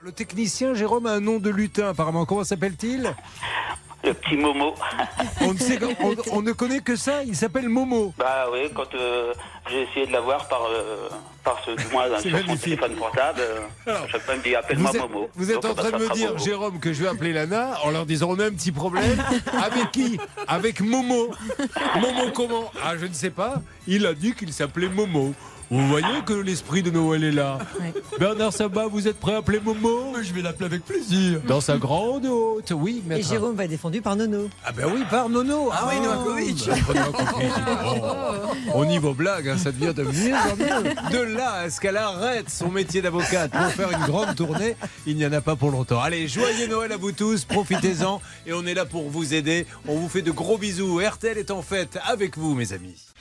Le technicien Jérôme a un nom de lutin apparemment. Comment s'appelle-t-il Le petit Momo. on, ne sait- on- on ne connaît que ça. Il s'appelle Momo. Bah oui, quand euh, j'ai essayé de l'avoir par, euh, par ce, du moins, C'est sur son magnifique. téléphone portable, euh, Alors, chaque fois il me dit Vous appelle-moi êtes, Momo. vous êtes Donc, en bah, train de ça me sera dire, Momo. Jérôme, que je vais appeler Lana en leur disant on a un petit problème. Avec qui Avec Momo. Momo comment Ah, je ne sais pas. Il a dit qu'il s'appelait Momo. Vous voyez que l'esprit de Noël est là. Bernard Sabat, vous êtes prêt à appeler Momo Je vais l'appeler avec plaisir. Dans sa grande haute, oui, mais. Et Jérôme va être défendu par Nono. Ah ben oui, par Nono. Ah oui, Novakovic. Au niveau blague, hein, ça devient de mieux en mieux. De là à ce qu'elle arrête son métier d'avocate pour faire une grande tournée, il n'y en a pas pour longtemps. Allez, joyeux Noël à vous tous, profitez-en et on est là pour vous aider. On vous fait de gros bisous. RTL est en fête avec vous, mes amis.